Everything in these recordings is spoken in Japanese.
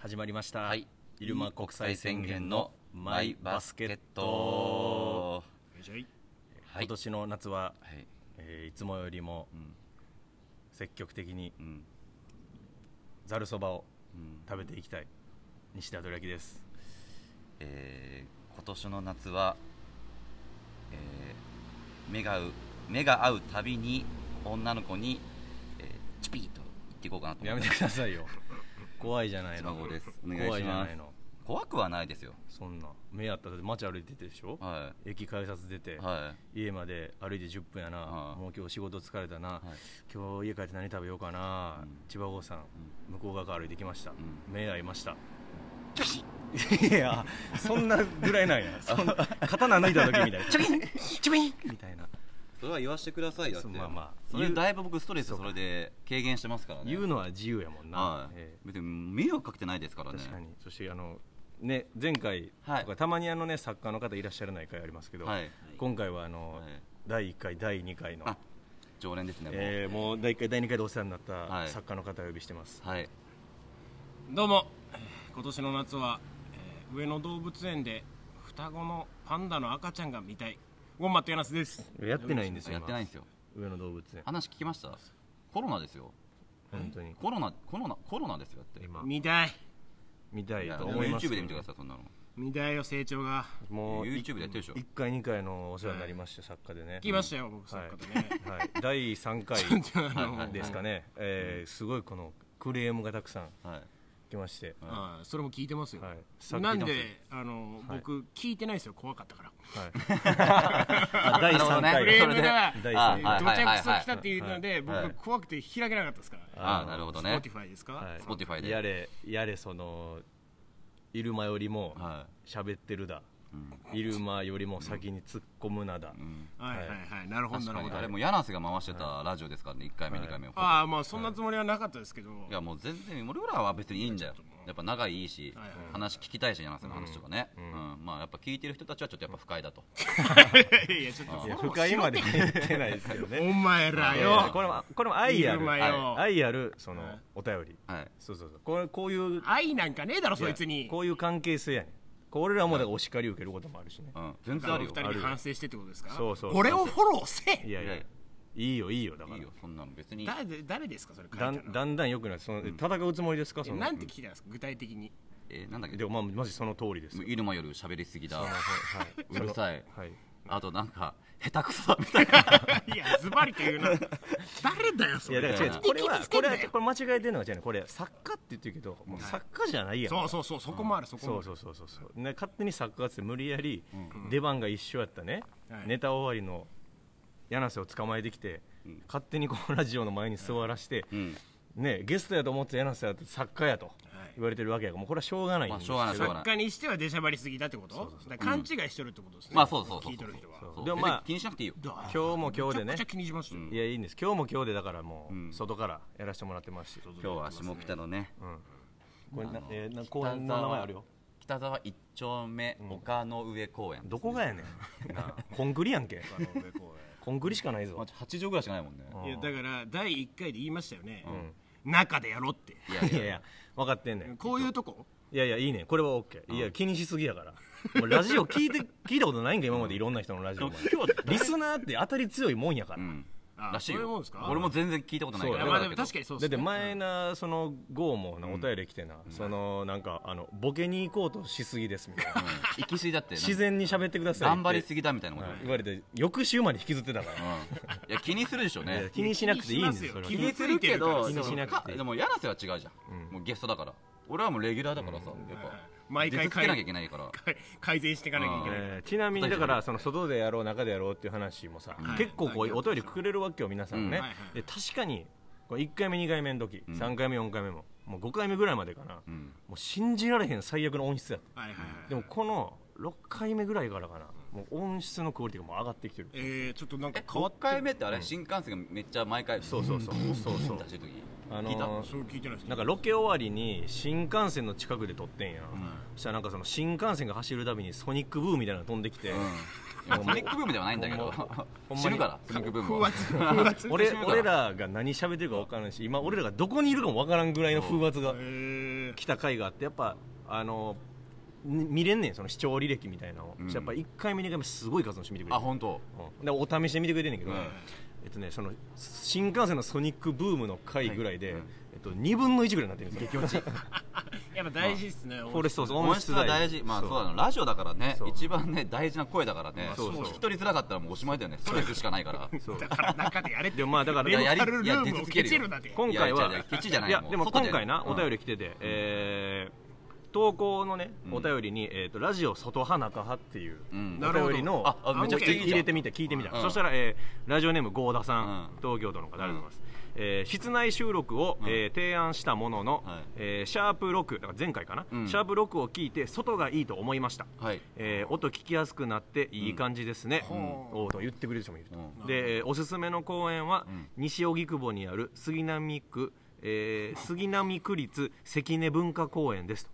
始まりました、はい入間国際宣言のマイバスケット、はい今年の夏は、はいえーいつもよりもうん積極的にうんざるそばをうん食べていきたい西田輝明ですえー今年の夏は、えー目が合う目が合うたびに女の子に、えーチュピーと言っていこうかなとや思めってくださいよ 怖いじゃないの孫ですお願いします怖いじゃないの怖くはないですよそんな目あったら街歩いててでしょ、は駅改札出て、いは家まで歩いて10分やな、はいもう今日仕事疲れたな、い、はい、今日家帰って何食べようかな、うん千葉郷さん、向こう側から歩いてきました、ん目合いましたいやそんなぐらい なんやそん刀抜いた時みたいなチュビンチュビンみたいなそれは言わせてくださいよってそうまあまあそれだいぶ僕ストレスそれで軽減してますからね言うのは自由やもんな、はい、ええ別に迷惑かけてないですからね確かにそしてあのね前回とか、はいたまにあのね作家の方いらっしゃらない回ありますけど、はい今回はあの、はい第1回第2回のあ常連ですねもう、えーもう第1回第2回でお世話になっはたい作家の方をお呼びしてます、はいどうもえー今年の夏は、えー上野動物園で双子のパンダの赤ちゃんが見たいウォンマットヤナスですやってないんですよやってない今んですよ上野動物園話聞きましたコロナですよ本当にコロナコロナコロナですよだって今見たい見たいいやと思います YouTube で見てくださいそんなの見たいよ成長がもう YouTube でやってるでしょ1回2回のお世話になりました作家でね聞きましたよ、僕作家とね、はいはい、第3回 あのはいはいですかね、えーすごいこのクレームがたくさんはい来まして、はあーそれも聞いてますよ、はいさっきなん聞いであの、はい僕聞いてないですよ怖かったからい、第3な回るほどねでそれであ第あ三回はい土はいはい着そ来たっていうので、はいはい僕怖くて開けなかったですから、ああなるほどね Spotify ですか、はい Spotify でやれやれそのイルマよりもは喋ってるだ、いうんイルマよりも先に突っ込むなだ、うんはいはいはいなるほど確なかるほにどあれも柳瀬が回してたラジオですからね1回目はい2回目をああまあそんなつもりはなかったですけど、いやもう全然俺らは別にいいんだよやっぱ仲いいしはいはい話聞きたいし柳瀬の話とかねうんまあやっぱ聞いてる人たちはちょっとやっぱ不快だと いやいやちょっといや深いまで言ってないですけどねお前らいやよこれもこれも愛あイルるマよ愛あるそのはいお便りはいそうそうそうこれこういう愛なんかねえだろ そいつにこういう関係性やねんこう俺らもだからお叱り受けることもあるしねうん全然だかあらおる二よ人に反省してってことですかそうそう俺をフォローせえいやいやいやいやいいよいいよだからいいよそんなの別に誰で誰ですかそれ書いただのんだんだんよくなってその戦うつもりですかえそのなんて聞いたんですか具体的に えーなんだっけでもまあマジその通りですよ入間より喋りすぎだは うるさいはいあとなんか下手くそだみたいな いやズバリとい うな誰だよそいやれだから違うな違んうでこれは傷つけこんれだはよこれ間違えてるのが違うねこれ作家って言ってるけどもう作家じゃないやんそうそうそうそこもあるそこもそあうるそうそうそうそうね勝手に作家っつって無理やり出番が一緒やったねはいネタ終わりの柳瀬を捕まえてきて勝手にこのラジオの前に座らしてうんね、ゲストやと思ってた柳瀬だって作家やと言われてるわけやからもうこれはしょうがないんですよまあしょうがない作家にしては出しゃばりすぎだってことだから勘違いしてるってことですねまあそうそうそう聞いてる人はそうそうでもまあ別に気にしなくていいよ今今日も今日でねめちゃくちゃ気にしましたよいやいいんです今日も今日でだからもうんう外からやらせてもらってますし、今日は下北のねこれなあのえーな公園の名前あるよ北沢一丁目丘の上公園どこがや ねんなあコンクリやんけコンクリしかない まぞあ8畳ぐらいしかないもんねいやだから第1回で言いましたよね中でやろうっていいやいや分かってんねんこういうとこいやいやいいねんこれは OK いや気にしすぎやからもうラジオ聞いて 聞いたことないんか今までいろんな人のラジオお前リスナーって当たり強いもんやかうら、んあらしいそういうもんでよすか俺も全然聞いたことないかいらやそうまだあでけもど確かにそうだっですてね前なそのゴーもなお便り来てな、そのなんかあのボケに行こうとしすぎですみたいなうん行き過ぎだっ て自然に喋ってくださいって頑張りすぎだみたいなこと はい言われて翌週まで引きずってたからうんいや気にするでしょういやね気にしなくていいんですよそれは気にするけど気にしなくていいでも柳瀬は違うじゃんもうゲストだから俺はもうレギュラーだからさやっぱ毎回出続けなきゃいけないから改 改善していかなきゃいけないえーちなみにだからその外でやろう中でやろうっていう話もさ、ん結構こうお便りくれるわけよ皆さんね、うんはいはいで確かにこう1回目2回目の時、3回目4回目ももう5回目ぐらいまでかな、んもう信じられへん最悪の音質やったはいはいはいでもこの6回目ぐらいからかなもう音質のクオリティがもう上がってきてるえー、ちょっとなんかえ変わっ6回目ってあれ新幹線がめっちゃ毎回そうそうそうそう そう出してる時あ聞いたのーそう聞いてないですなんかロケ終わりに新幹線の近くで撮ってんや、そしたらなんかその新幹線が走るたびにソニックブームみたいなのが飛んできて、いやソニックブームではないんだけどほんまに 死ぬからソニックブーム風は 圧風圧俺面白いな俺らが何喋ってるか分からんし今俺らがどこにいるかも分からんぐらいの風圧がえー、来た回があってやっぱあのに見れんねんその視聴履歴みたいなのを、うんやっぱ1回目2回目すごい数の人見てくれ あて本当うん、でお試しで見てくれてんねんけど、うんえっとね、その新幹線のソニックブームの回ぐらいで、はいうんえっと、2分の1ぐらいになってるんですよ激落 ちやっぱ大事ですねフォレスト音質が大事まあそうだなラジオだからねそう一番ね大事な声だからねまあそうそう聞き取りづらかったらもうおしまいだよねストレスしかないからそうだから中でやれってでもまあだからレンタいルやルやりームをケチるなでい今回やはいやいやケチじゃないやもうでも外今で回な、うんお便り来てて、えー投稿のね、うんお便りに、えー、とラジオ外派中派っていう、うんなるほどお便りのああめちゃくちゃいいじゃん入れてみて聞いてみた、うんそしたら、えーラジオネーム郷田さん、うん東京都の方ありがとうございます、えー室内収録を、うんえー提案したものの、はいえーシャープ6だから前回かな、うんシャープ6を聞いて外がいいと思いました、はいえー音聞きやすくなっていい感じですね、うんおーと言ってくれる人もいると、うで、えーおすすめの公園は、うん西荻窪にある杉並区、 えー杉並区立関根文化公園ですと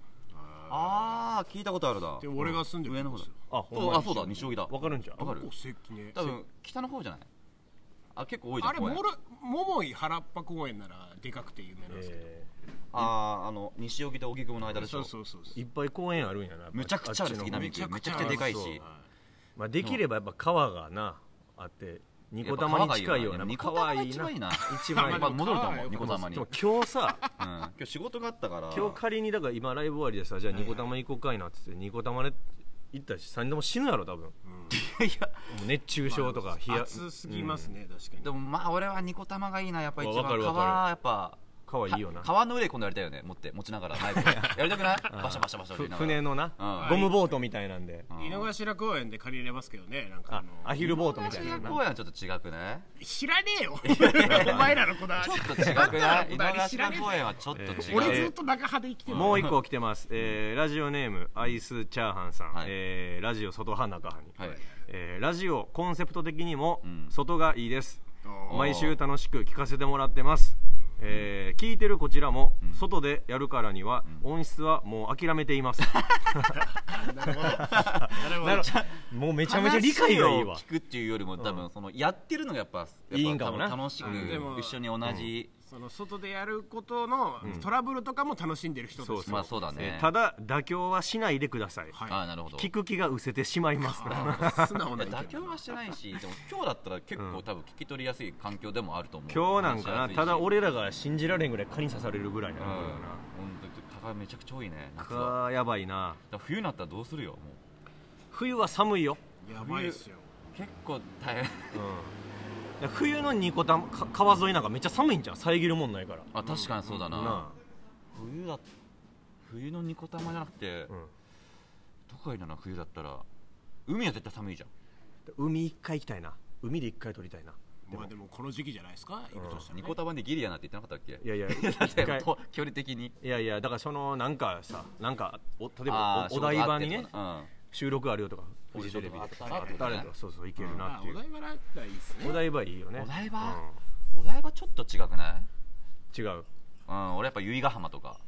ああ聞いたことあるなで俺が住んでる上の方だですよあそうあそうだ西荻だわかるんじゃんわかるお関根多分北の方じゃないあ結構多いじゃあんれ公も園ろ桃井原っぱ公園ならでかくて有名なんですけど、えあーあの西荻と荻窪の間でしそょうそうそうーそいうっぱい公園あるんやなやっぱむちゃくちゃあるっの杉並めちゃ区めくちちゃゃくあちるゃでかいしそうまあ、できればやっぱ川がなあってニコ玉に近いようなやっぱ川川がいい一番いいな一番いいまあ戻ると思うニコ玉にでうもん今日さ今日仕事があったから今日仮にだから今ライブ終わりでさじゃあニコ玉行こうかいなっつってニコ玉で行ったし3人とも死ぬやろ多分も いやう熱中症とか冷や暑すぎますね、確かにでもまあ俺はニコ玉がいいなやっぱ一わ番かるわかる川やっぱ川いいよなは川の上で今度やりたいよね持って持ちながらマイ クやりたくないバシャバシャバシャふ言いながら船のなうんゴムボートみたいなんでうん井の頭公園で借りれますけどねなんかああのアヒルボートみたい東な谷な公園はちょっと違 くない知らねえよお前らのこだわりちょっと違くなあいん井たらののこだわり知ら頭ね公え園はちょっと違うえー俺ずっと中派で生きてるもう一個来てます、えーラジオネームアイスチャーハンさん、はいえーラジオ外派中派に、はいえーラジオコンセプト的にもうん外がいいです、おー毎週楽しく聞かせてもらってます、えー聞いてるこちらもん外でやるからには音質はもう諦めてい ます、なるほどなるもうめちゃめちゃ理解がいいわ話を聞くっていうよりも多分そのやってるのがやっぱやっぱいいんかもな多分楽しくうんでも一緒に同じその外でやることのトラブルとかも楽しんでる人たちそうそうまあそうだえねーただ妥協はしないでください、はいああなるほど聞く気が失せてしまいますあー素直いな や意妥見協はしてないしでも今日だったら結構多分聞き取りやすい環境でもあると思う今日なんかな話しやすいしただ俺らが信じられんぐらい蚊に刺されるぐらいやうんな、本これはな当に蚊がめちゃくちゃ多いね夏は蚊やばいなだから冬になったらどうするよもう冬は寒いよ、やばいっすよ結構大 変うん、冬のニコタか川沿いなんかめっちゃ寒いんじゃん遮るもんないからあ確かにそうだな,、な冬だ冬のニコ玉じゃなくて、あ、うん、都会だな冬だったら海は絶対寒いじゃん海一回行きたいな海で一回撮りたいなまあでもこの時期じゃないですか行くとしたらニねコ玉でギリアなって言ってなかったっけいや いやだって一回と距離的にいやいやだからそのなんかさなんかお例えばあーおお台場に仕ね事あっ収録あるよとかフジテレビおで仕事があったら誰とそうそう行けるなまあっていう、お台場だったらいいっすおね台場いいよてねうんお台場、お台場ちょっと違くないうん 違ううん俺やっぱ由比ヶ浜とか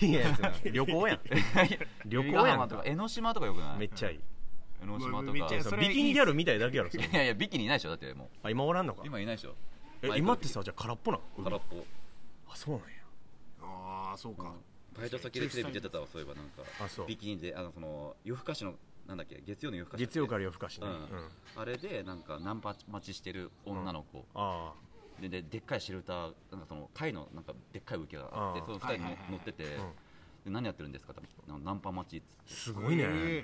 いやいやそんな旅行やん旅由比行ヶや浜んとかか江ノ島とかよくないめっちゃいい江ノ島とめっかちゃそれビキニギャルみたいだけやろそれいやいやビキニいないでしょだってもあ今おらんのかう今いないでしょえ今ってさじゃあ空っぽなん海空っぽあそうなんやああそうかバイト先でテレビ出てたわそういえばなんかあそうビキニであのその夜更かしのなんだっけ月曜の夜更かしだっけ月曜から夜更かしね、ううんんあれでなんかナンパ待ちしてる女の子、あでででっかいシェルターなんかその貝のなんかでっかい受けがあってああその2人はいはいのはい乗ってて、で何やってるんですかってなナンパ待ちっつってあすごいねへ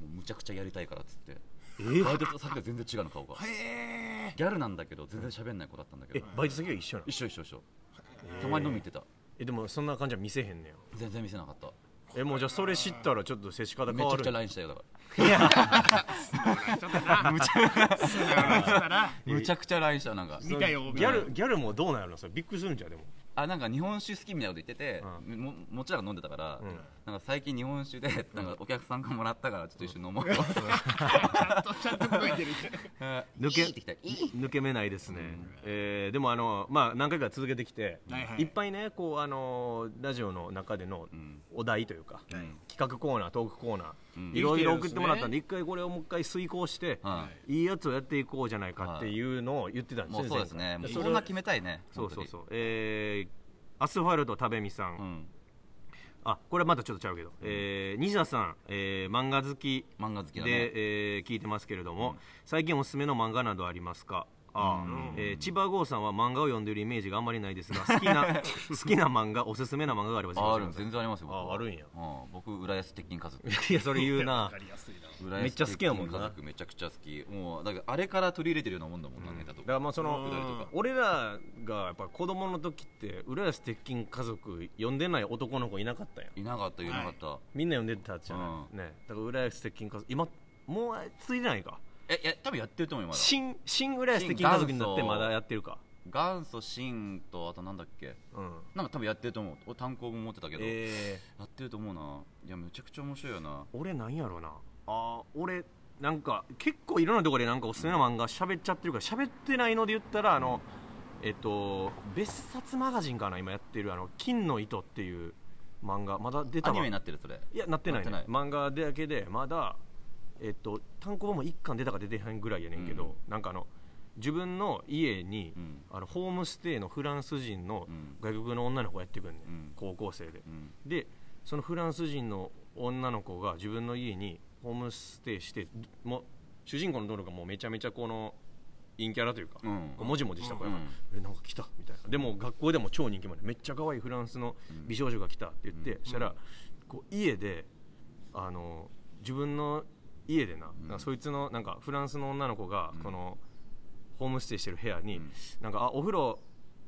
もうむちゃくちゃやりたいからっつってえバイト先が全然違うの顔がえ へえギャルなんだけど全然喋んない子だったんだけえどバイト先が一緒なの一緒一緒一緒たまに飲み行ってたえでもそんな感じは見せへんねや全然見せなかったえもうじゃあそれ知ったらちょっと接し方変めちわゃくるちゃ LINE したよだかちょっとなむちゃ素直な人だならむちゃくちゃ LINE したよなんか見たよギャルギャルもどうなんやろそれびっくりするんじゃうでもあなんか日本酒好きみたいなこと言ってて、ももちろん飲んでたから、なんか最近日本酒でなんかお客さんがもらったからちょっと一緒に飲もうよ、ちゃんと動いてる抜けいいってきたいい抜け目ないですね、えーでもあの、まあ、何回か続けてきて、はいいはいっぱいねこうあのラジオの中でのんお題というか、ん企画コーナートークコーナー、んいろいろ送ってもらったんで一回これをもう一回遂行して、、はいいやつをやっていこうじゃないかっていうのを言ってたんですもようそうです前ねもう回そんな決めたいねそうそうそうう、えーアスファルト食べみさん、うんあこれはまたちょっとちゃうけど、えー西田さん、えー漫画好き漫画好きで、だねえー聞いてますけれども、最近おすすめの漫画などありますかあーえー千葉郷さんは漫画を読んでいるイメージがあんまりないですが好き な好きな漫画おすすめな漫画があればああ教えてくるださい全然ありますよ僕ああるんやうん僕浦安鉄筋家族いやそれ言うな わかりやすいな浦安めっちゃ好きやもんな鉄筋家族めちゃくちゃ好きもうだからあれから取り入れてるようなもんだもんな、ネタとだからかまあそのくだりとか俺らがやっぱ子供の時って浦安鉄筋家族呼んでない男の子いなかったやんいなかったいなかった、みんな呼んでたじゃない、ねだから浦安鉄筋家族今もうついてないかえいや多分やってると思うよまだ新新浦安鉄筋家族になってまだやってるか元祖新とあとなんだっけうんなんか多分やってると思う俺単行本持ってたけど、えやってると思うないやめちゃくちゃ面白いよなー、俺なんやろうなあー俺なんか結構いろんなところでなんかおすすめの漫画喋っちゃってるから喋ってないので言ったらあの、えっと別冊マガジンかな今やってるあの金の糸っていう漫画まだ出たアばニメになってるそれいやなってない,、ね、なって漫画だけでまだ、えっと、単行本も1巻出たか出てへんぐらいやねんけど、なんかあの自分の家に、うんあのホームステイのフランス人のうん外国の女の子がやってくんね、うんん、高校生で、うんでそのフランス人の女の子が自分の家にホームステイしてもう主人公のドルがもうめちゃめちゃこの陰キャラというか、うんこうもじもじした子やから、うえなんか来たみたいなでも学校でも超人気もねめっちゃ可愛いフランスの美少女が来たって言って、したらこう家であの自分の家でな,、そいつのなんかフランスの女の子がこの、ホームステイしてる部屋に、なんかあお風呂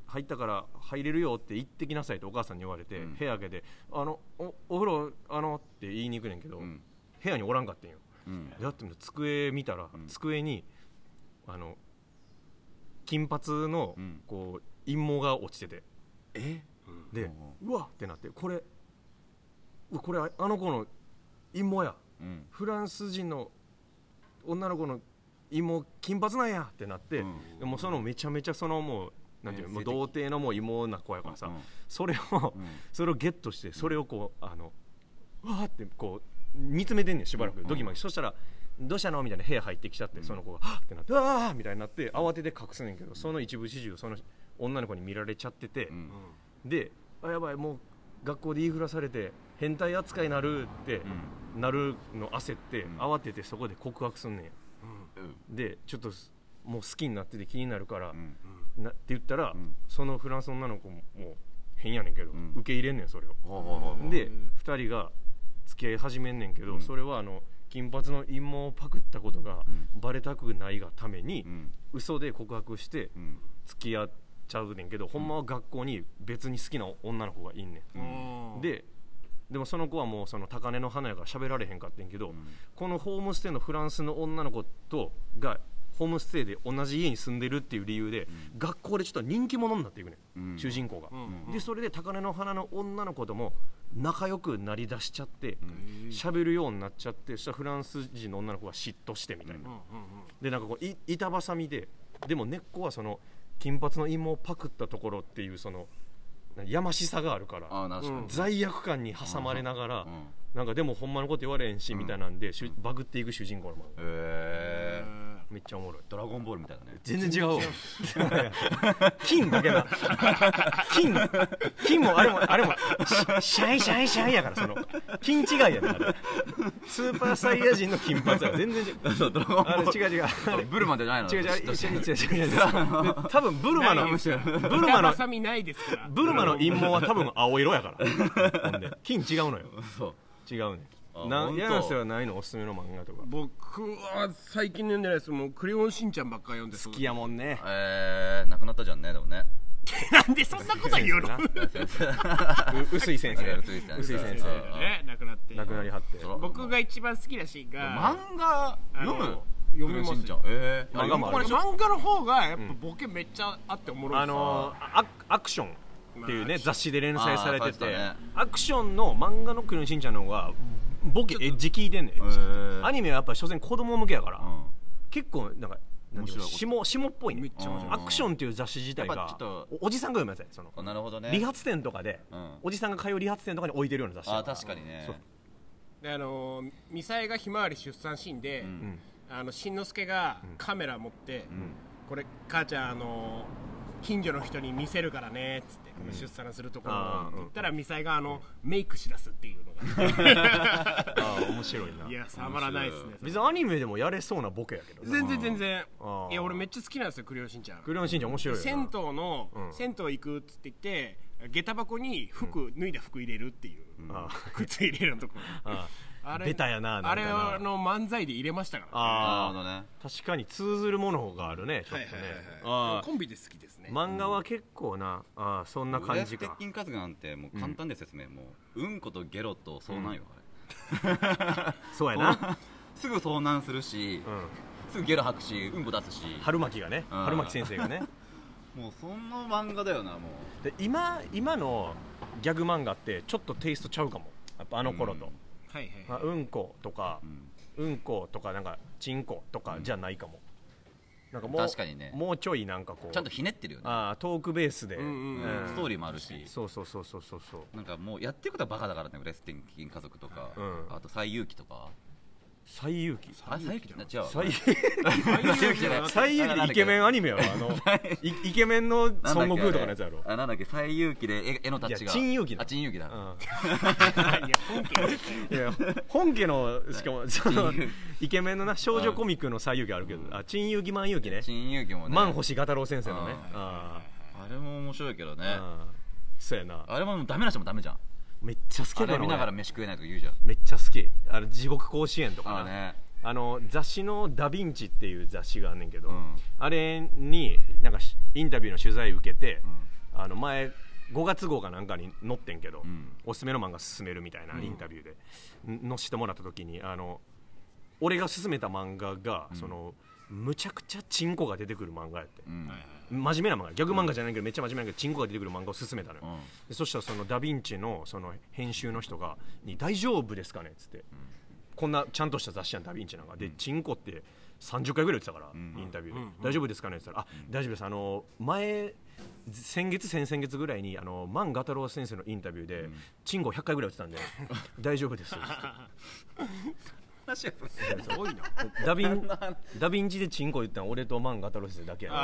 入ったから入れるよって言ってきなさいとお母さんに言われて、部屋開けてあのおお風呂あのって言いに行くねんけど、ん部屋におらんかってんよ、うんでやってみたら机見たら、机にあの金髪のんこう陰毛が落ちててえで、うわってなってこれうわこれああの子の陰謀やうんフランス人の女の子の陰謀金髪なんやってなって、うんでもそのめちゃめちゃそのもうなんていうの、もう性的童貞のもう妹な子やからさ、うんそれを、それをゲットしてそれをこうあのうわーってこう見つめてんねんしばらくドキマキ、そしたら「どうしたの?」みたいな部屋入ってきちゃって、その子が「はっ!」ってなって「うわー!」みたいになって慌てて隠すねんけどその一部始終をその女の子に見られちゃってて、んで「あやばいもう学校で言いふらされて変態扱いになる」ってなるの焦って、慌ててそこで告白すんねんやでちょっとすもう好きになってて気になるから、んなって言ったら、んそのフランスの女の子ももう変やねんけど、ん受け入れんねんそれを、ほうほうほうほうで2人が付き合い始めんねんけど、んそれはあの金髪の陰謀をパクったことがバレたくないがために、うん嘘で告白してうん付き合っちゃうねんけど、ほんまは学校に別に好きな女の子がいんねん、うんででもその子はもうその高嶺の花やから喋られへんかってんけど、このホームステイのフランスの女の子とがホームステイで同じ家に住んでるっていう理由で、学校でちょっと人気者になっていくね、うんん、主人公が、んでそれで高嶺の花の女の子とも仲良くなりだしちゃって喋、るようになっちゃってそしたらフランス人の女の子が嫉妬してみたいな、うんうんでなんかこうい板挟みででも根っこはその金髪の陰謀をパクったところっていうそのなやましさがあるからああ確かに、うん罪悪感に挟まれながら、なんかでもほんまのこと言われへんし、みたいなんでしゅバグっていく主人公の漫画えーめっちゃおもろいドラゴンボールみたいだね全然違うわ 金だけな金金もあれもあれもしシャイシャイシャイやからその金違いやねあれスーパーサイヤ人の金髪や全然違うそうドラゴンボあれール違う違うあれブルマじゃないの違う違う嫉妬してる違う違う違う違うで多分ブルマのないですよブルマ板の挟みないですからブルマの陰謀は多分青色やからほんで金違うのよそう違うねあなほんんとやなんすよないのおすすめの漫画とか僕は最近読んでないですもうクレヨンしんちゃんばっかり読んで好きやもんねえー、なくなったじゃんねでもねなんでそんなこと言うのな先生 う薄井先生薄井先生薄井先そう生ねなくなって亡くなりはってそら僕が一番好きなシーンが漫画読あむの読みますしんちゃんえー、漫画もあるれでし読む漫画の方がやっぱボケめっちゃあっておもろいあですよのーアアクションっていうまあね雑誌で連載されてあーてされてたねアクションの漫画のクレヨンしんちゃんの方がボケエッジ効いてんねんへーアニメはやっぱり所詮子供向けやからうん結構なんかなんていうの面白い下下っぽいねめっちゃ面白アクションっていう雑誌自体やっぱちょがっとおおじさんが読むやつやそのあなるほどね理髪店とかでうんおじさんが通う理髪店とかに置いてるような雑誌あやー確かにねそうであのーミサエがひまわり出産シーンで、んあのしんのすけがカメラ持って、これ母ちゃんあのー近所の人に見せるからねっつって、この出産するところあーをって言ったらミサイがあの、メイクしだすっていうの ああ面白いながいやたまらないですね別にアニメでもやれそうなボケやけどな全然全然あーいや俺めっちゃ好きなんですよクレヨンしんちゃんクレヨンしんちゃん面白いよな銭湯の、うん銭湯行くっつって言って下駄箱に服、脱いだ服入れるっていう、あ 靴入れるとこああれベタやななんかなあれあの漫才で入れましたからねあなるほどねー確かに通ずるものがあるねちょっはいとはいねはいはいあコンビで好きですねー漫画は結構なあーそんな感じ腕か腹筋活動なんてもう簡単で説明、もううんことゲロと遭難よ、あれそうやなすぐ遭難するし、うんすぐゲロ吐くしうんこ出すし春巻がねうん春巻先生がねもうそんな漫画だよなもで今今のギャグ漫画ってちょっとテイストちゃうかもやっぱあの頃と、はいはいまあ、うんことかう、う、んうんことかなんかちんことかじゃないかも、なんかもう確かにねもうちょいなんかこうちゃんとひねってるよね、あートークベースで、うんうんうんストーリーもあるしそうそうそうそうそうそうなんかもうやってることはバカだからねウレステンキン家族とか、うんあと最勇気とか最勇気あ最勇気違うわ最最勇気じゃ ない最勇気でイケメンアニ メやろあのいイケメンの孫悟空とかのやつやろあなんだっけ最勇気で絵絵のタッチいやが珍勇気だあ珍勇気だ、いや本家うんいや本家のしかもその珍遊イケメンのな少女コミックの最勇気あるけど、あ珍遊戯万勇気ね珍勇気もね万星画太郎先生のねああれも面白いけどねーあーそうやなあれもダメな人もダメじゃんめっちゃ好きあだれな見ながら俺飯食えないとか言うじゃんめっちゃ好きあの地獄甲子園とかあなあねあの雑誌の「ダ・ヴィンチ」っていう雑誌があんねんけど、うんあれになんかしインタビューの取材受けて、あの前5月号かなんかに載ってんけど、んおすすめの漫画勧めるみたいなインタビューで、ん載せてもらった時にあの俺が勧めた漫画が、そのむちゃくちゃチンコが出てくる漫画やって、うん真面目な漫画ギャグ漫画じゃないけど、めっちゃ真面目なんやけどチンコが出てくる漫画を勧めたのよ、うんでそしたらそのダ・ヴィンチのその編集の人がに「大丈夫ですかね?」っつって、こんなちゃんとした雑誌やんダ・ヴィンチなんかで、チンコって30回ぐらい言ってたから、インタビューで、大丈夫ですかね?」って言ったら「あ大丈夫ですあの前先月先々月ぐらいにあの万画太郎先生のインタビューで、チンコ100回ぐらい言ってたんで大丈夫です」っつって話は多いなダ・ヴィンダ・ヴィンチでチンコ言ったの俺と万画太郎先生だけやね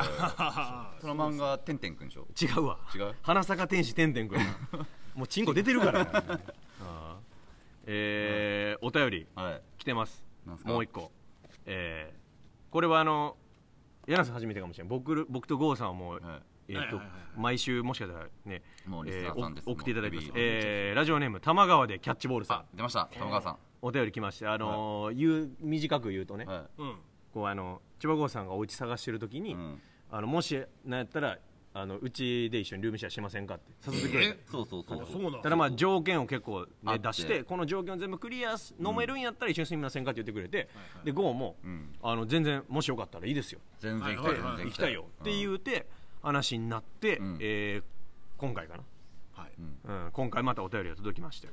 その漫画はてんてんくんでしょ違うわ違う花咲か天使てんてんくんや なもうチンコ出てるからなあ あえーお便りはい来てますなんすかもう一個えーこれはあの柳瀬初めてかもしれない僕僕と郷さんはもう、はいえーとはいはいはいは毎週もしかしたらねもうリスナーさんですえーお送っていただいてますもうえーラジオネーム玉川でキャッチボールさんあ出ました玉川さお便り来ましてあのー言う短く言うとね、んはうんこうあの千葉郷さんがお家探してる時いに、うんあのもしなんやったらあのうちで一緒にルームシェアしませんかって誘ってくれて、そうそうそうそうなんただまあ条件を結構、あねっ、て出してこの条件を全部クリアす飲めるんやったら一緒に住みませんかって言ってくれて、でゴーも、んあの全然もしよかったらいいですよ全然行きはたいいはいは全い然行きたいよって言うて話になって、んえー今回かはいな、うん、今回またお便りが届きまして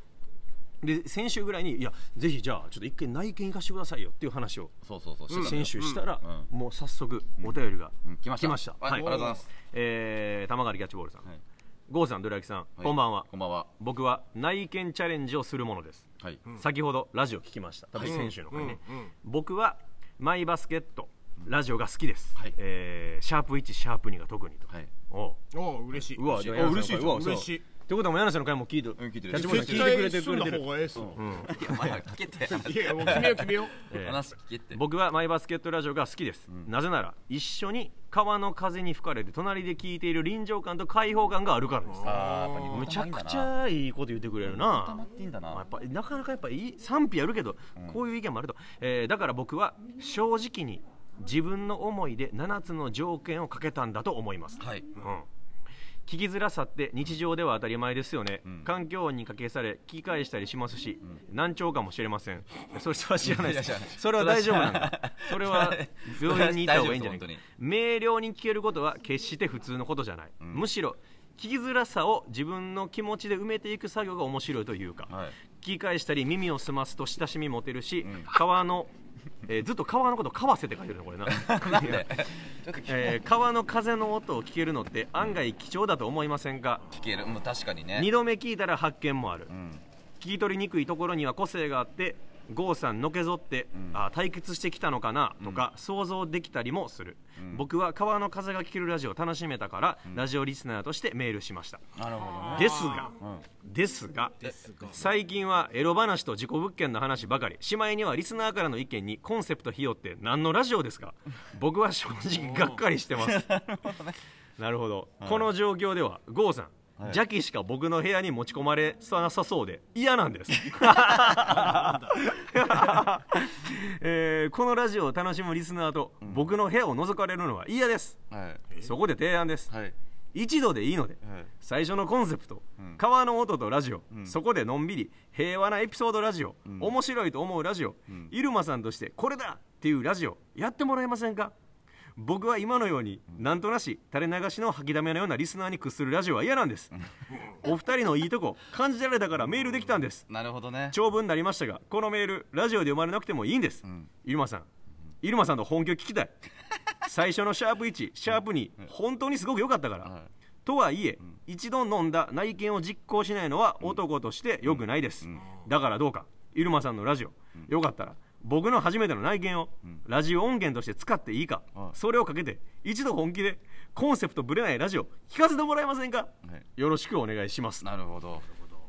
で先週ぐらいにいやぜひじゃあちょっと一回内見行かしてくださいよっていう話をそうそうそうしてたの先よ週したら、うもう早速お便りがうん来ました来ました、はいありがとうございますえー玉狩りキャッチボールさん、はい郷さんドラキさん、こんばんはこんばんは僕は内見チャレンジをするものです、はい先ほどラジオ聞きました多分先週の回ね、僕はマイバスケットラジオが好きです、はいえーシャープ1シャープ2が特にと、 はいおうおう嬉しいうわでも嬉しい柳瀬の回うわそう嬉しいってことはもう柳瀬の回も聞いてるん聞いてキるャッチボールさん聞絶いてくれ対てすくんれだてる方がええっすわいや前は聞けて いやもう決めよう決めようえー話聞けって僕はマイバスケットラジオが好きです、なぜなら一緒に川の風に吹かれて隣で聞いている臨場感と開放感があるからですむちゃくちゃいいこと言ってくれる溜まなってんだまあやなっぱなかなかやっぱいい賛否やるけど、こういう意見もあると、えーだから僕は正直に自分の思いで7つの条件をかけたんだと思います、はいうん聞きづらさって日常では当たり前ですよね、環境音にかけされ聞き返したりしますし、難聴かもしれませ んそれは知らないでいすやいやそれは大丈夫なんだそれ は病院に行った方がいいんじゃない大丈夫です本か当に明瞭に聞けることは決して普通のことじゃない、むしろ聞きづらさを自分の気持ちで埋めていく作業が面白いというか、はい聞き返したり耳を澄ますと親しみ持てるし、川の、えーずっと川のこと「川瀬」って書いてるのこれな なんでちょっと聞えー川の風の音を聞けるのって案外貴重だと思いませんか、けるもう確かにね二度目聞いたら発見もある、聞き取りにくいところには個性があって郷さんのけぞって、あ対決してきたのかなとか、想像できたりもする、僕は川の風が聞けるラジオを楽しめたから、ラジオリスナーとしてメールしましたなるほどねですが、ですが最近はエロ話と事故物件の話ばかりしまいにはリスナーからの意見にコンセプト費用って何のラジオです か僕は正直がっかりして ますなるほど、この状況では郷さん邪気しか僕の部屋に持ち込まれなさそうで嫌 なんです、 えーこのラジオを楽しむリスナーと僕の部屋を覗かれるのは嫌ですはいそこで提案です、はい一度でいいので、はい最初のコンセプト、川の音とラジオ、そこでのんびり平和なエピソードラジオ、面白いと思うラジオ、入間さんとしてこれだっていうラジオやってもらえませんか僕は今のように、なんとなし垂れ流しの吐きだめのようなリスナーに屈するラジオは嫌なんですお二人のいいとこ感じられたからメールできたんですなるほどね長文になりましたがこのメールラジオで読まれなくてもいいんです、入間さん入間さんの本気を聞き たい最初のシャープ1シャープ2、本当にすごく良かったから、とはいえ、一度飲んだ内見を実行しないのは男として良くないです、だからどうか入間さんのラジオ、よかったら僕の初めての内見をラジオ音源として使っていいか、はいそれをかけて一度本気でコンセプトぶれないラジオ聞かせてもらえませんか、よろしくお願いしますなるほど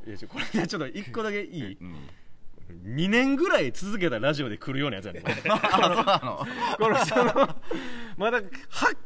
いやちょこれねちょっと一個だけいい、 二2年ぐらい続けたラジオで来るようなやつやねん これこのそのまだ8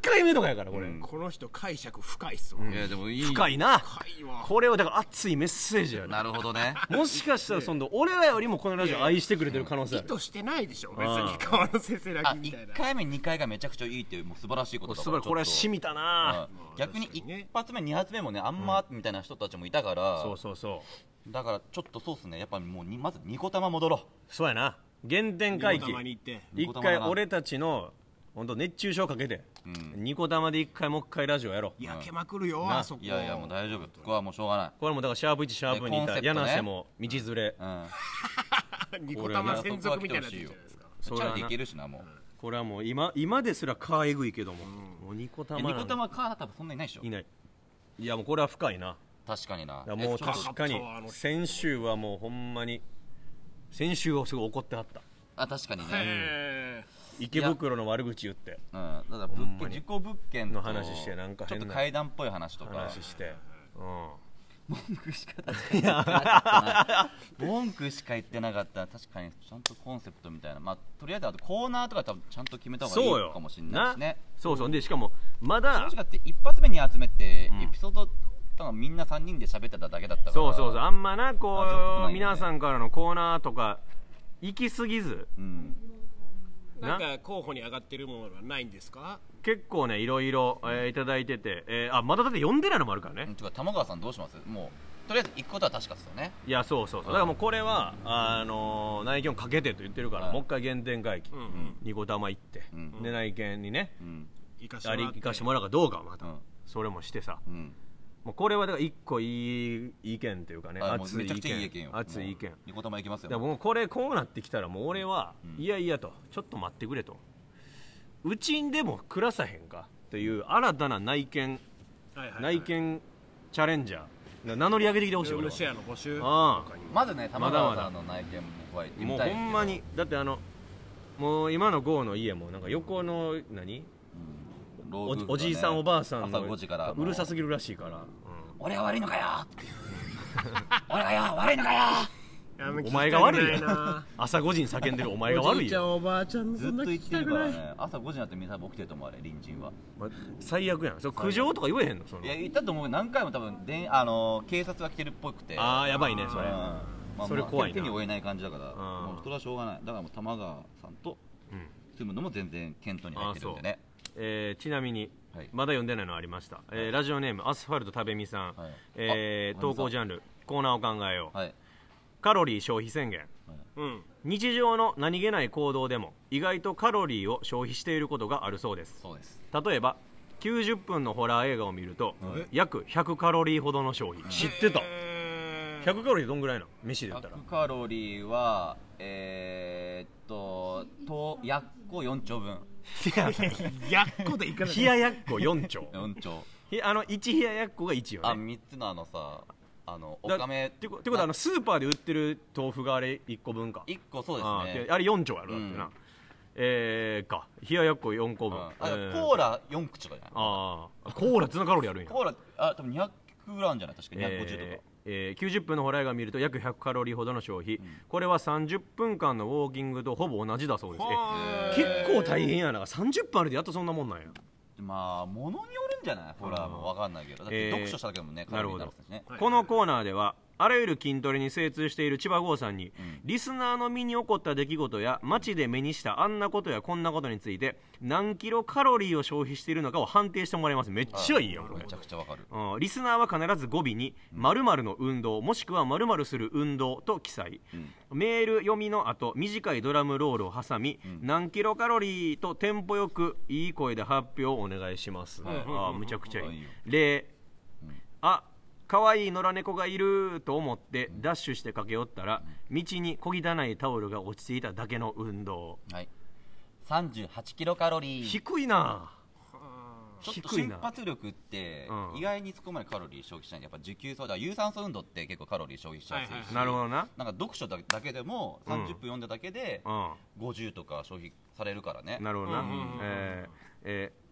回目とかやからこれ、この人解釈深いっすわ、いやでもいい深いな深いわこれはだから熱いメッセージやねなるほ どねもしかしたらその俺らよりもこのラジオ愛してくれてる可能性あ意る図してないでしょ別あにあ川野先生だあけみたい1な回目2回がめちゃくちゃいいっていうもう素晴らしいことだすごいこれは染みみたな逆に確かにね1発目2発目もねあんまみたいな人たちもいたから、そうそうそうだからちょっとそうっすねやっぱもうにまずニコ玉戻ろそうやな原点回帰たまに行ってう一回俺たちの本当熱中症かけて、ニコ玉で一回もう一回ラジオやろう焼けまくるよ、なあそこいやいやもう大丈夫ここはもうしょうがないこれもだからシャープ1シャープ2いたえコンセプトね柳瀬も道連れ、うん、ニコ玉専属みたいなやついるじゃないですかそチれはャなリでいけるしなもうこれはもう今今ですらかえぐいけども、おニコえ玉ニなコんだ玉か多分そんなにないでしょいないいやもうこれは深いな確かにないやもうえちょっと確かに深かったわあの人先週はもうほんまに先週はすごい怒ってはったあ確かにね、へ池袋の悪口言ってうん、だから物件に自己物件との話してなんかち変ょっなと階段っぽい話とか話 してう文句しか確かに文句しか言ってなかった確かにちゃんとコンセプトみたいなまあとりあえずあとコーナーとか多分ちゃんと決めたん方そうがいよいかもしれないしねそうそうでしかもまだ確かって一発目に集めて、エピソード多分みんな3人で喋ってただけだったからそうそうそうあんまなこあちょっとうないね皆さんからのコーナーとか行き過ぎずうん、えなんか候補に上がってるものはないんですか結構ねいろいろ、えーいただいてて、えーあまだだって読んでないのもあるからね、うん、てか玉川さんどうしますもうとりあえず行くことは確かですよねいやそうそうそうだからもうこれはあのー内見をかけてと言ってるから、はいもう一回原点回帰、うんうんニコ玉行って、うんで内見にねうん行かしてあもりらって行かしてもらうかどうかはまた、うんそれもしてさうんもうこれはだから一個いい意見というかねあもう熱いめちゃくちゃいい意意見見よ熱い意見もうニコ玉行きますでよもうこれこうなってきたらもう俺は、いやいやとちょっと待ってくれとうちんでも暮らさへんかという新たな内見はいはいはい内見チャレンジャーな名乗り上げてきてほしいルー俺ムはシェアの募集ああまずね玉川さんの内見も怖いってもみうたいほですけどんまにだってあのもう今の郷の家もなんか横の何老お夫婦じがねおじいさんおばあさん朝の5時からうるさすぎぎるらしいから、俺は悪いのかよっていう 俺がよ悪いのかよあんま聞 おき前たがく悪いなよな朝5時に叫んでるお前がお悪じいちゃんよおばあちゃんずそっんとな言聞っきてたるくからないね朝5時になってみんな僕起きてると思うあれ隣人はま最悪やんそれ苦情とか言えへんのそのいや言ったと思うけど何回も多分であの警察が来てるっぽくてああやばいねそうんれまあまあそれ怖いな手に負えない感じだからんもうそれはしょうがないだからもう玉川さんとうん住むのも全然検討に入ってるんでねえーちなみに、はいまだ読んでないのありました、えーラジオネームアスファルト食べみさん、はいえーあ投稿ジャンルコーナーを考えよう、はいカロリー消費宣言うん日常の何気ない行動でも意外とカロリーを消費していることがあるそうですそうです例えば90分のホラー映画を見ると、約100カロリーほどの消費知ってたえー100カロリーどんぐらいなの飯で言ったら100カロリーはえー、っととやっこ4丁分やっこでいかない冷ややっこ4丁4丁ひあの1冷ややっこが1よあね三3つのあのさあのおだかめってこってことはあのスーパーで売ってる豆腐があれ1個分か1個そうあですねーあれ4丁やろだってな、うんえー、か冷ややっこ4個分あえコーラ4口とかじゃないあーコーラってそんなカロリー あるんやコーラあ多分200グラムじゃない確か250とか、えーえー90分のホライが見ると約100カロリーほどの消費、これは30分間のウォーキングとほぼ同じだそうですえは結構大変やな30分あるでやっとそんなもんなんやまあものによるんじゃないコーラもわかんないけどだっえーて読書しただけでもね、カロリーになるしねはいこのコーナーではあらゆる筋トレに精通している千葉郷さんに、リスナーの身に起こった出来事や街で目にしたあんなことやこんなことについて何キロカロリーを消費しているのかを判定してもらいますめっちゃいいやんこれめちゃくちゃわかるうんリスナーは必ず語尾に「〇〇の運動」もしくは「〇〇する運動」と記載、メール読みの後短いドラムロールを挟み、何キロカロリーとテンポよくいい声で発表をお願いします、いああむちゃくちゃいい、はい例、あ可愛い野良猫がいると思ってダッシュして駆け寄ったら道に小汚いタオルが落ちていただけの運動はい38キロカロリー低いなちょっと低い瞬な発力ってうん意外にそこまでカロリー消費しないやっぱ持久走だから有酸素運動って結構カロリー消費しやすいし、はいはいはいなるほどななんか読書だだけでもうん30分読んだだけでう50とか消費されるからね、なるほどな、うんうんうんうんえーえー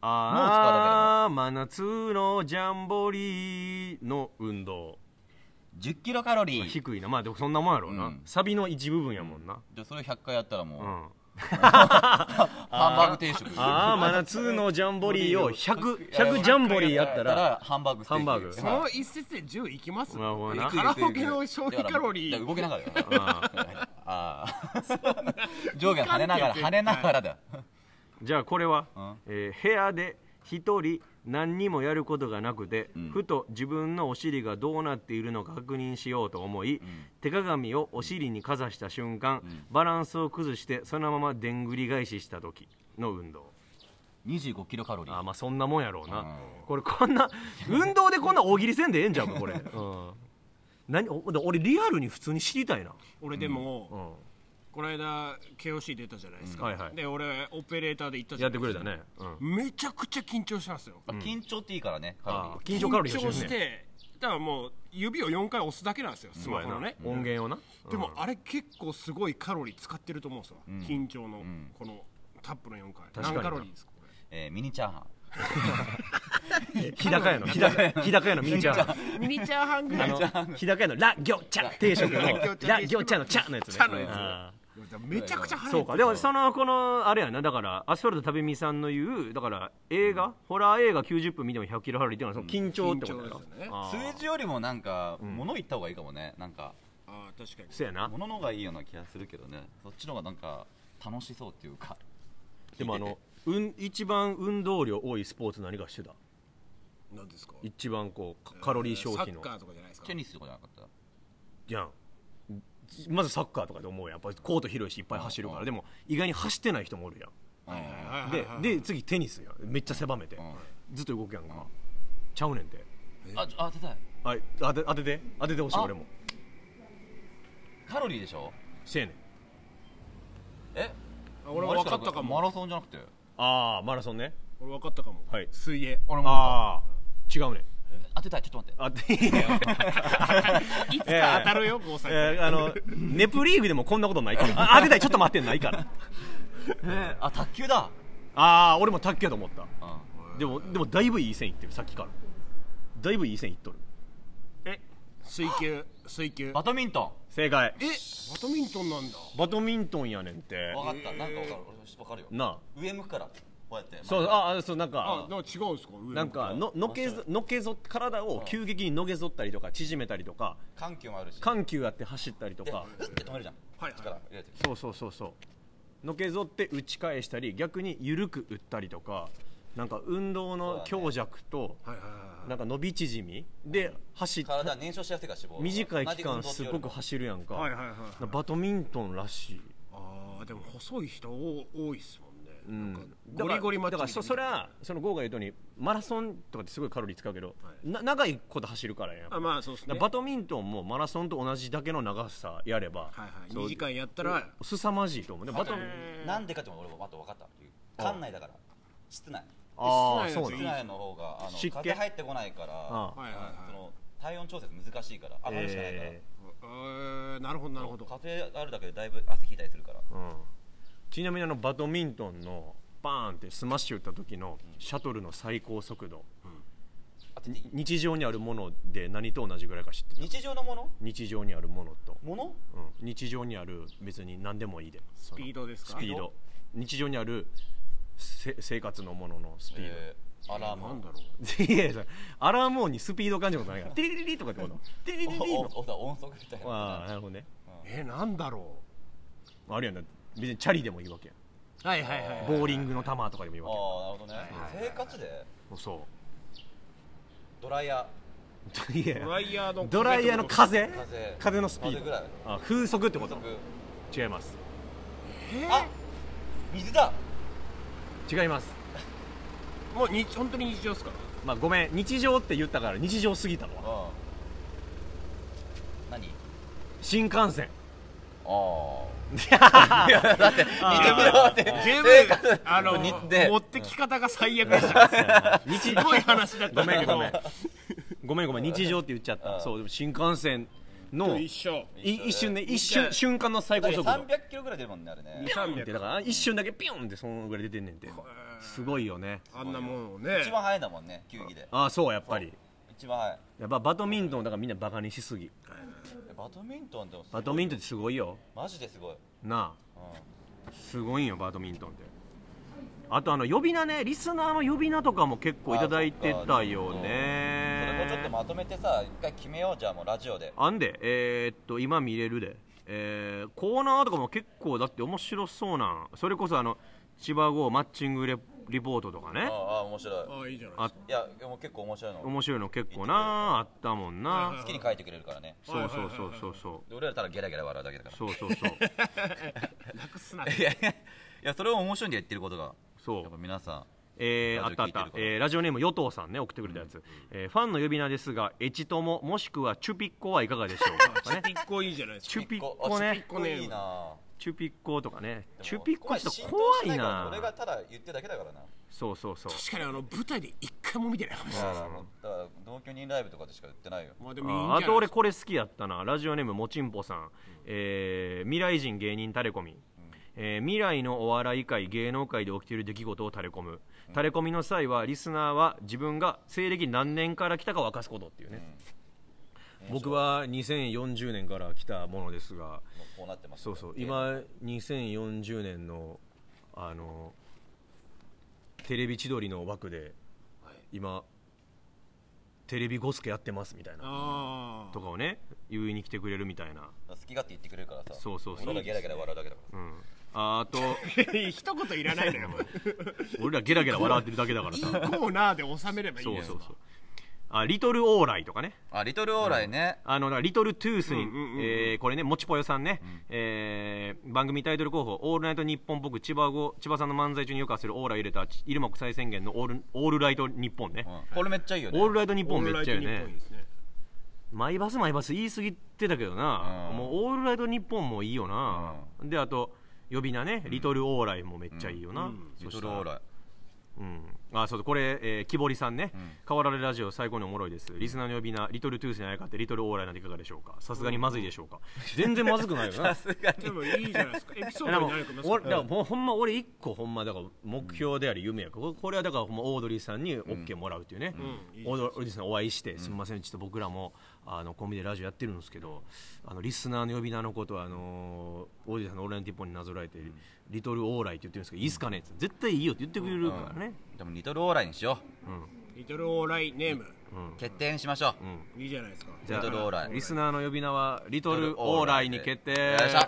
もう使うだけだああ真夏のジャンボリーの運動10キロカロリー低いなまあでもそんなもんやろうな、うんサビの一部分やもんな、じゃあそれを100回やったらもう、うんあハンバーグ定食あ真夏のジャンボリーを 100, 100ジャンボリーやったらハンバーグステーキハンバーグその一節で10いきますなるほどなカラオケの消費カロリだからー動けながらだよああ ああ 上下跳ねながら跳ねながらだよじゃあこれは、うんえー部屋で一人何にもやることがなくて、んふと自分のお尻がどうなっているのか確認しようと思い、手鏡をお尻にかざした瞬間、バランスを崩してそのままでんぐり返しした時の運動25キロカロリあーーまあそんなもんやろうな、うんこれこんな運動でこんな大喜利せんでええんじゃんこれ、うん、何おで俺リアルに普通に知りたいな、俺でうもん、この間 KOC 出たじゃないですうんかはいはいで俺オペレーターで行ったじやゃっなてくいでれすたかね、うん、めちゃくちゃ緊張したんですよ緊張っていいからねカロあーリ緊張カロリー緊が張してしるねてだからもう指を4回押すだけなんですよスそうマやホなのね音源をな、でもうんあれ結構すごいカロリー使ってると思うんですよん緊張のんこのタップの4回確かに何カロリーですかこー、えーミニチャーハン日高屋の日高屋日高屋のミニチャーハンれミニチャーハンぐらあ いの日高屋のラ行茶定食のラ行茶ラ行茶の茶のやつね茶のやつあめちゃくちゃー腹そう減ってかるでもそのこのあれやなだからアスファルト食べみさんの言うだから映画、ホラー映画90分見ても100キロカロリーっていうのはその緊張ってことやろ緊張ですよねあー数字よりもなんか物言った方がいいかもねなんかあー確かにそうやな物の方がいいような気がするけどねそっちの方がなんか楽しそうっていうかでもあのうん一番運動量多いスポーツ何かしてた何ですか一番こうカカロリー消費のサッカーとかじゃないですかテニスとかじゃなかったやんまずサッカーとかで思うやんやっぱりコート広いしいっぱい走るからでも意外に走ってない人もおるやんはいはいはいはいではいで次テニスやんめっちゃ狭めてんずっと動くやんかちゃうねんてあちょあ出たいあ当て当てて当ててほしいあ俺もカロリーでしょせやねんえあ俺も分かったかマもラソンじゃなくてああマラソンね俺分かったかもはい水泳俺もああ違うねん当てたいちょっと待ってあていやいつか当たるよ郷さんえーあのネプリーグでもこんなことないからあ当てたいちょっと待ってんないからあ卓球だああ俺も卓球やと思ったうんでもでもだいぶいい線いってるさっきからだいぶいい線いっとるえ水球水球バドミント正解えバドミントンなんだバドミントンやねんてンわかったなんかわかる俺わかるよなあ上向くからこうやってそうああそうなんあかなんか違うんですか上なんかののけぞのけぞ体を急激にのけぞったりとか縮めたりとか緩急もあるし緩急やって走ったりとでかふって止めるじゃんはい力は入れてそうそうそうそうのけぞって打ち返したり逆に緩く打ったりとかなんか運動の強弱と、いはいはなんか伸び縮みで走っ体燃焼しやすいから脂肪短い期間すごく走走るやんか、はいはいはいはいバドミントンらしいああでも細い人多多いっすもんね、なんかだかゴらリゴリマッチだからそそれははそのゴーが言うとおりマラソンとかってすごいカロリー使うけど、はいな長いこと走るからやんあまあそうっすだねからバドミントンもマラソンと同じだけの長さやれば、はいはいそう2時間やったら凄まじいと思うねバトンなんでかっても俺もあと分かった館内だから室内ああそうな室室ん内だ内の方があの湿気風入ってこないからあはいはいはそいの体温調節難しいから上がるしかないから、ええーなるほどなるほどカフェあるだけでだいぶ汗引いたりするからーうん、ちなみにあのバドミントンのバーンってスマッシュ打った時のシャトルの最高速度、あとに日常にあるもので何と同じぐらいか知ってる日常のもの日常にあるものと、ものうん、日常にある別に何でもいいでスピードですスかピード日常にあるせ生活のもののスピード、えー、アラームなんだろういやいやアラーム音にスピード感じることないからテリリリリとかって ことテリリリリおのおお音速みたいなああなるほどねえーなんだろあるやんな別にチャリでもいいわけやうはいはいはいはいボーリングの球とかでもいいわあけあなるほどね、はい生活でやそドライうヤ いやドライヤーのドライヤーの風ー風風のスピー風ぐドらいあ風速ってこ風と速違いますあ水だ違いますもうに本当に日常ですかまあごめん日常って言ったから日常すぎたうんわ何新幹 線ああー十分あの似て持ってき方が最悪でした日すごい話だったごめんごめんけごめんごめん日常って言っちゃっうたんそうでも新幹線どの一い緒一瞬ね一一瞬緒瞬間の最高3速度0 0キロぐらい出るもんねあれねっ300てだから一瞬だけピュンってそのぐらい出てんねんてすごいよねあんなもんをね一番速いんだもんね球技でああそうやっぱり一番速いやっぱバドミントンだからみんなバカにしすぎえバドミントンでもすごいバドミントンってすごいよマジですごい、なうあすごいんよバドミントンってあとあの呼び名ねリスナーの呼び名とかも結構いただいてたよん、それもちょっとねまとめてさ一回決めようじゃあもうラジオであんでえーっと今見れるでえーコーナーとかも結構だって面白そうなんそれこそあの千葉号マッチングレリポートとかあねあ面白いああいいじゃなあいいやでも結構面白いの面白いの結構なあったもんはいはいな好きに書いてくれるからねそうそうそうそうそうで俺らただゲラゲラ笑うだけだからそうそうそう楽すないやいやいやそれを面白いんで言ってることがそうやっぱ皆さんえー、あラっジたオあ聞ったいてるか、らえーラジオネーム与党さんね送ってくれたやつ、えーファンの呼び名ですがエチトモもしくはチュピッコはいかがでしょうかチュねピッコいいじゃないですチかュピッコあねチュピッコいいなチュピッコとかねでもチュピッコちょっとここ怖までい浸透してから俺がなただ言ってるだけだからなそうそうそう確かにあの舞台で一回も見てないかもしれだないからもうだから同居人ライブとかでしか言ってないよまあでもいいんじゃあーなあいですかと俺これ好きやったなラジオネームもちんぽさん、えー未来人芸人タレコミ、えー未来のお笑い界芸能界で起きている出来事をタレコむタレコミの際はリスナーは自分が西暦何年から来たかを明かすことっていうね、僕は2040年から来たものですがもうこうなってますそうそうえー今2040年のあのテレビ千鳥の枠で今テレビゴスケやってますみたいなあとかをね言いに来てくれるみたいな、好き勝手言ってくれるからさそうそうそう俺らゲラゲラ笑うだけだかうん、あ とあ一言いらないのよ俺らゲラゲラ笑ってるだけだからいいさコーナーで収めればいいんそでうすそかうそうあリトルオーライとかねらあリトルオーライねあのだからリトルトゥースに、うんうんうんうんえーこれね、もちぽよさんね、えー番組タイトル候補、オールナイト日本僕、千葉語千葉さんの漫才中によくあするオーラ入れた、ち入間国際宣言のオールオールライト日本ね、うんこれめっちゃいいよねオールライト日オ本ーめルラっちイトゃよニッポンいいね、ですねマイバス、マイバス、言い過ぎてたけどな、うんもうオールライト日本もいいよな、で、あと、呼び名ね、リトルオーライもめっちゃいいよな、リそトしたルらオーライうん、あそうそうこれ、えー、木彫りさんね、変わられラジオ最高におもろいですリスナーの呼び名リトルトゥースにあやかってリトルオーライなんていかがでしょうかさすがにまずいでしょうか、全然まずくない よなでもいいじゃないですかエピソいーやドでにもなるかもしれ俺ないだからもうほんま俺一個ほんまだから目標であり夢やここれはだからほんまオードリーさんに OK もらうっていうね、うんオードリーさんにお会いして、すみませんちょっと僕らもあのコンビでラジオやってるんですけどあのリスナーの呼び名のことはあのーオードリーさんのオールナイト日本になぞらえて、リトルオーライって言ってるんですけどいいっすかねって絶対いいよって言ってくれるからね、でもリトルオーライにしよリトルオーライネームう決定にしましょういいじゃないですかじゃあリトルオーライリスナーの呼び名はリトルオーライに決定よいしょ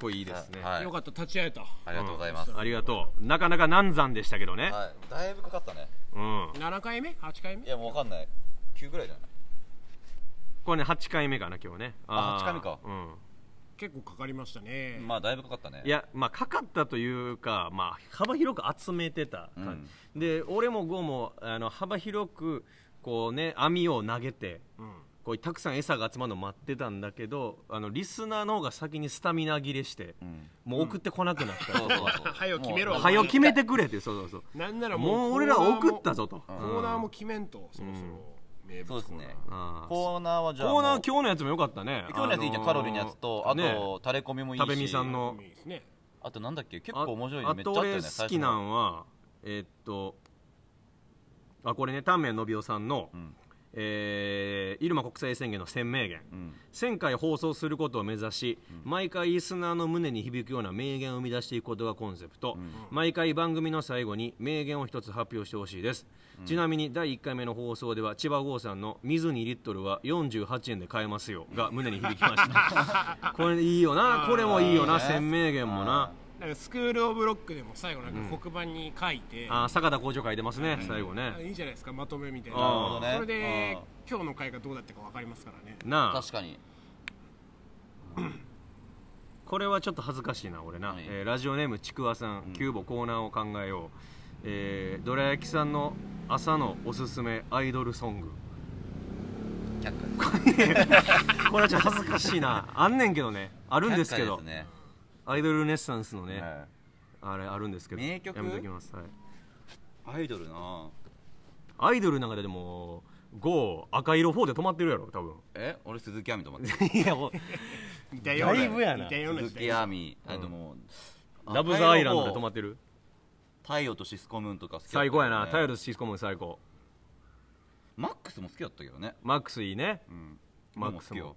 これいいですね、はいよかった立ち会えたありがとうございますありがとうなかなか難産でしたけどね、はいだいぶかかったねうん、 7回目8回い目やもうわかんない9ぐらいじゃないこれね8回目かな今日ねあー8回目かうん結構かかりましたねまあだいぶかかったねいやまあかかったというか、まあ、幅広く集めてた感じ、で俺もゴーもあの幅広くこうね網を投げて、うんこうたくさん餌が集まるのを待ってたんだけどあのリスナーの方が先にスタミナ切れして、んもう送ってこなくなった、そうそう そう早よ決めろもうはよ決めてくれってそうそうそうなんならもう俺ら送ったぞとコーナーも決めんとそろそろ名物コーそうナーですねあーコーナーはじゃあもコうーナー今日のやつもよかったね今日のやついいじゃん、カロリーのやつとあと、ねタレコミもいいし食べみさんのいいですねあとなんだっけ結あ構面白いあのめっちゃとあったよ俺ね好きなんはえーっとあこれね丹命のびおさんの、んえー入間国際宣言の宣明言、ん1000回放送することを目指し、毎回リスナーの胸に響くような名言を生み出していくことがコンセプト、毎回番組の最後に名言を一つ発表してほしいです、ちなみに第1回目の放送では千葉郷さんの「水2リットルは48円で買えますよ」が胸に響きました これいいよなこれもいいよなあー宣明言もななんかスクール・オブ・ロックでも最後なんか黒板に書いて、あー坂田工場会出ますね、最後あね。いいじゃないですかまとめみたいななるほどねそれであ今日の回がどうだったか分かりますからねなあ、確かにこれはちょっと恥ずかしいな、俺な。はいえーラジオネームちくわさん、キューボコーナーを考えよう。えー、どら焼きさんの朝のおすすめアイドルソング。却下これはちょっと恥ずかしいな。あんねんけどね。あるんですけ却ど下。ねアイドルルネッサンスのね、はあれあるんですけど。名曲やめときます。はい。いアイドルなアイドルの中ででも、5、赤色4で止まってるやろ、多分。え俺鈴木亜美と思って いや、もう似たようなだいぶやな似たような時鈴代木亜美あともうラブザアイランドで止ま友っ達てる。太陽とシスコムーンとか好きだった最よね高やな。タイルとシスコムーン最高。マックスも好きだったけどねマックスいいね。うんマックスもで好きよ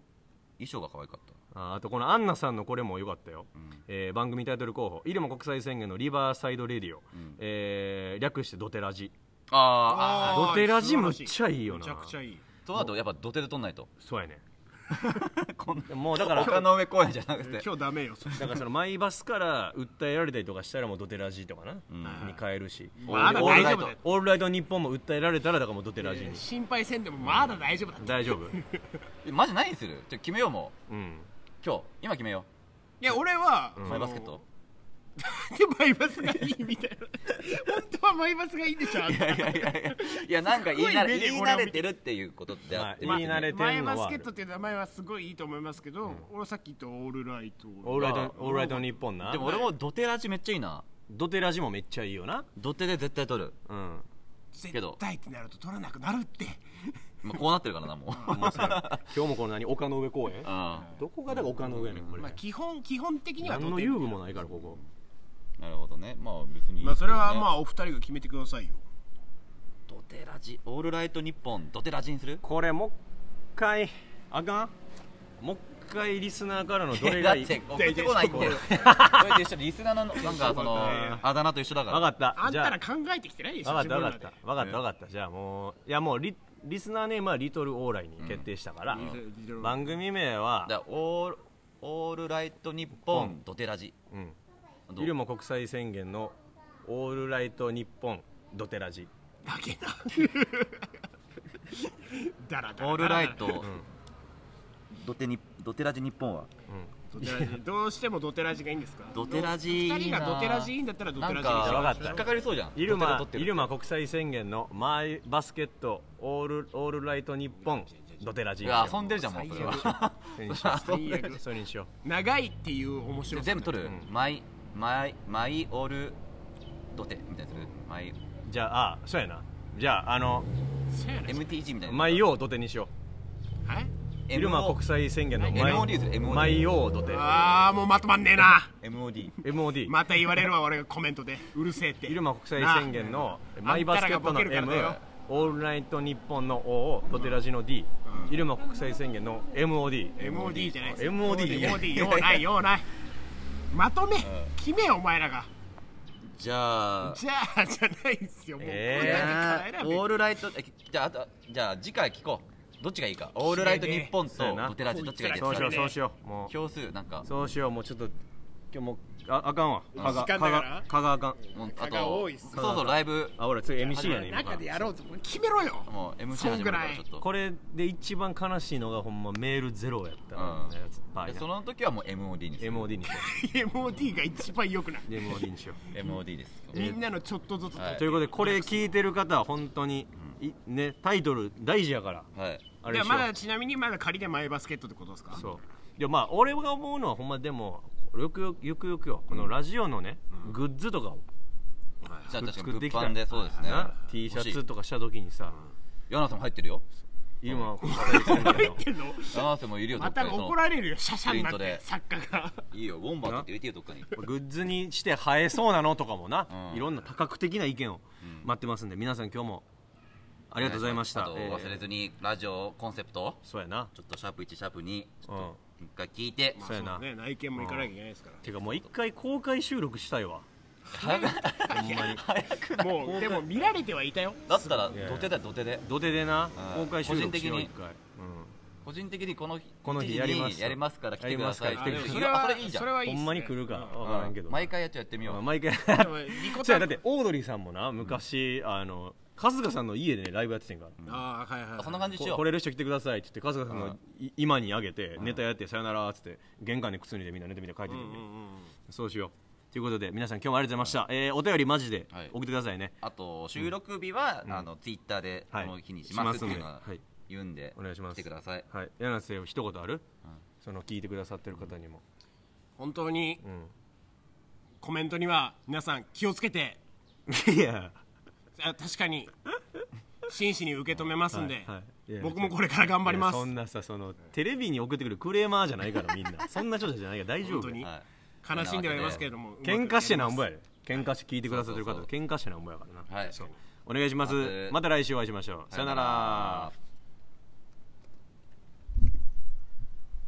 衣装が可愛かったあーあとこのアンナさんのこれも良かったよ、えー番組タイトル候補「イルマ国際宣言のリバーサイド・レディオ」えー略して「ドテラジあードあテラジ素晴らしむっちゃいいよなむちゃくちゃいいーとなるとやっぱ土手で撮んない と」そうやねもうだから丘の上公園じゃなくて今日ダメよそだからそのマイバスから訴えられたりとかしたらもうドテラジとかな、に変えるし、まだ大丈夫だよオールライト日本も訴えられたらだからもうドテラジに、心配せんでもまだ大丈夫だって大丈夫えマジ何するちょ決めようもうんう今日今決めよいや俺は、うそマのイバスケットでマイバスがいいみたいな本当はマイバスがいいんでしょあんいやたいやいやいやいやなんか言い慣れすご言いい目でこれを慣見れててるっていうことってあってまあ言い慣れてんのはマイバスケットっていう名前はすごいいいと思いますけど、俺さっき言ったオールライトオールライトオールライト日本なでも俺も土手ラジめっちゃいいなドテラジもめっちゃいいよな土手で絶対撮 る、うんけ絶ど対ってなると取らなくなるってまあ、こうなってるからなもう、まあそれ今日もこの何丘の上公園あどこがだから丘の上やねんこれ、まあ基本基本的には何取っのて遊具もないからここあなるほどねまあ別にいいまあそれはけどねまあお二人が決めてくださいよ土手ラジオールライト日本土手ラジにするこれもう一回あかんもう一回リスナーからのどれがいい だって分送ってこないってい やいやそれと一緒にリスナーのなんかそのあだ名と一緒だからかったあんじたゃら考えてきてないでしあょ分かった分自かっ分らたで分かった分かったじゃあもういやもうリリスナーネームはリトルオーライに決定したから、うん番組名はだからオールオールライト日本土手ラジ「うん、どうイルマ国際宣言のオールライト日本ドテラジだけ だだらだらだらだらオールライト土手に土手ラジ日本は」ドテラジどうしてもドテラジがいいんですかドテラジいいな2人がドテラジいいんだったらドテなんラジにしましょうか分引っかかりそうじゃんイルマ土手で撮ってるイルマ国際宣言のマイバスケットオールオールライト日本ドテラジいや遊んでるじゃんもうそれはそれにしよう最悪それにしよう長いっていう面白 さ全部取る、マイマイマイオール土手みたいにするマイじゃああそうやなじゃああのそうやね MTG みたいなマイオー土手にしよはいうイルマ国際宣言のマイ MOD する MOD マイオー土手ああもうまとまんねえな MOD MOD また言われるわ俺がコメントでうるせえってイルマ国際宣言のマイバスケットのあんたらがボ M ケるからだよオールナイト日本の O ドテラジの D イルマ国際宣言の MOD MOD じゃないです MOD MOD ようないようないまとめ決めよお前らがじゃあじゃあじゃないんすよもうこえーれだけえ変えらーべオールライトえじゃああとじゃあ次回聞こうどっちがいいかオールライト日本とそうやなドテラジどっちがいいそうしようかそうしようもう票数なんかそうしようもうちょっと今日もうああかんわ蚊が時蚊間だからが蚊があかんもうあ差が多といっすそうそうライブあ俺次 MC やねん今中でやろうと決めろよもう MC そん始めぐるかららいちょっとこれで一番悲しいのがほんまメールゼロやったうんやつパイでなその時はもう MOD にする MOD にしよ MOD が一番良くないう MOD にしよう MOD ですみんなのちょっとずつはいということでこれ聞いてる方は本当に、いね、タイトル大事やからはいあじれでゃあしまょだちなみにまだ仮でマイバスケットってことですかそうでまあ俺が思うのはほんまでもよくよくよくよくよこのラジオのね、グッズとかをじゃあ確かに作って物きた販でそうですねな T シャツとかした時にさ柳瀬も入ってる よ今はこう形してるけどけど柳瀬もいるよどまっかたにその怒られるよシャシャになっプリンてトで作家がいいよウォンバットって入れてよどっかにグッズにして映えそうなのとかもな、うんいろんな多角的な意見を待ってますんで皆さん今日もあありがとうございましたあとえー忘れずにラジオコンセプトそうやなちょっとシャープ1シャープ2うん一回聞いてそうやなね内見も行かなきゃいけないですかてかもう一回公開収録したいわほんまにらもうでも見られてはいたよだったらいやいや土手だよ土手で土手でなうん公開収録しよう個人的に一回、個人的にこの日この日やりますにやりますから来てくださいやっりてまあすから来てくいでもそだれやあそはれいいじゃそんれはいいうん、っすねほんまに来るかうん分からんけど、毎回やっちゃやってみよまあう毎回でもリコそちうやゃんだってオードリーさんもな昔、あの春日さんの家でねライブやっててんから、ああはいはいはいそんな感じにしこよ来うれる人来てくださいって言って春日さんのい今にあげてネタやってさよならっつって玄関に靴脱いでみんな寝てみて帰ってくる、そうしようということで皆さん今日もありがとうございました、えーお便りマジではい送ってくださいね、あと収録日はあのツイッターでこはいの日にしますっていうのはしますんではい言うんでお願いします来てくださいはい、柳瀬一言ある、その聞いてくださってる方にも、本当にうコメントには皆さん気をつけてん、 いやあ確かに真摯に受け止めますんではいはいいや僕もこれから頑張りますいやそんなさそのテレビに送ってくるクレーマーじゃないからみんな そんな人たちじゃないから大丈本夫当にはい悲しんではいますけれども喧嘩してなんぼやでで喧嘩して聞いてくださってる方そうそう喧嘩してなんぼやからなはいお願いしますまずまた来週お会いしましょうさよなさよならら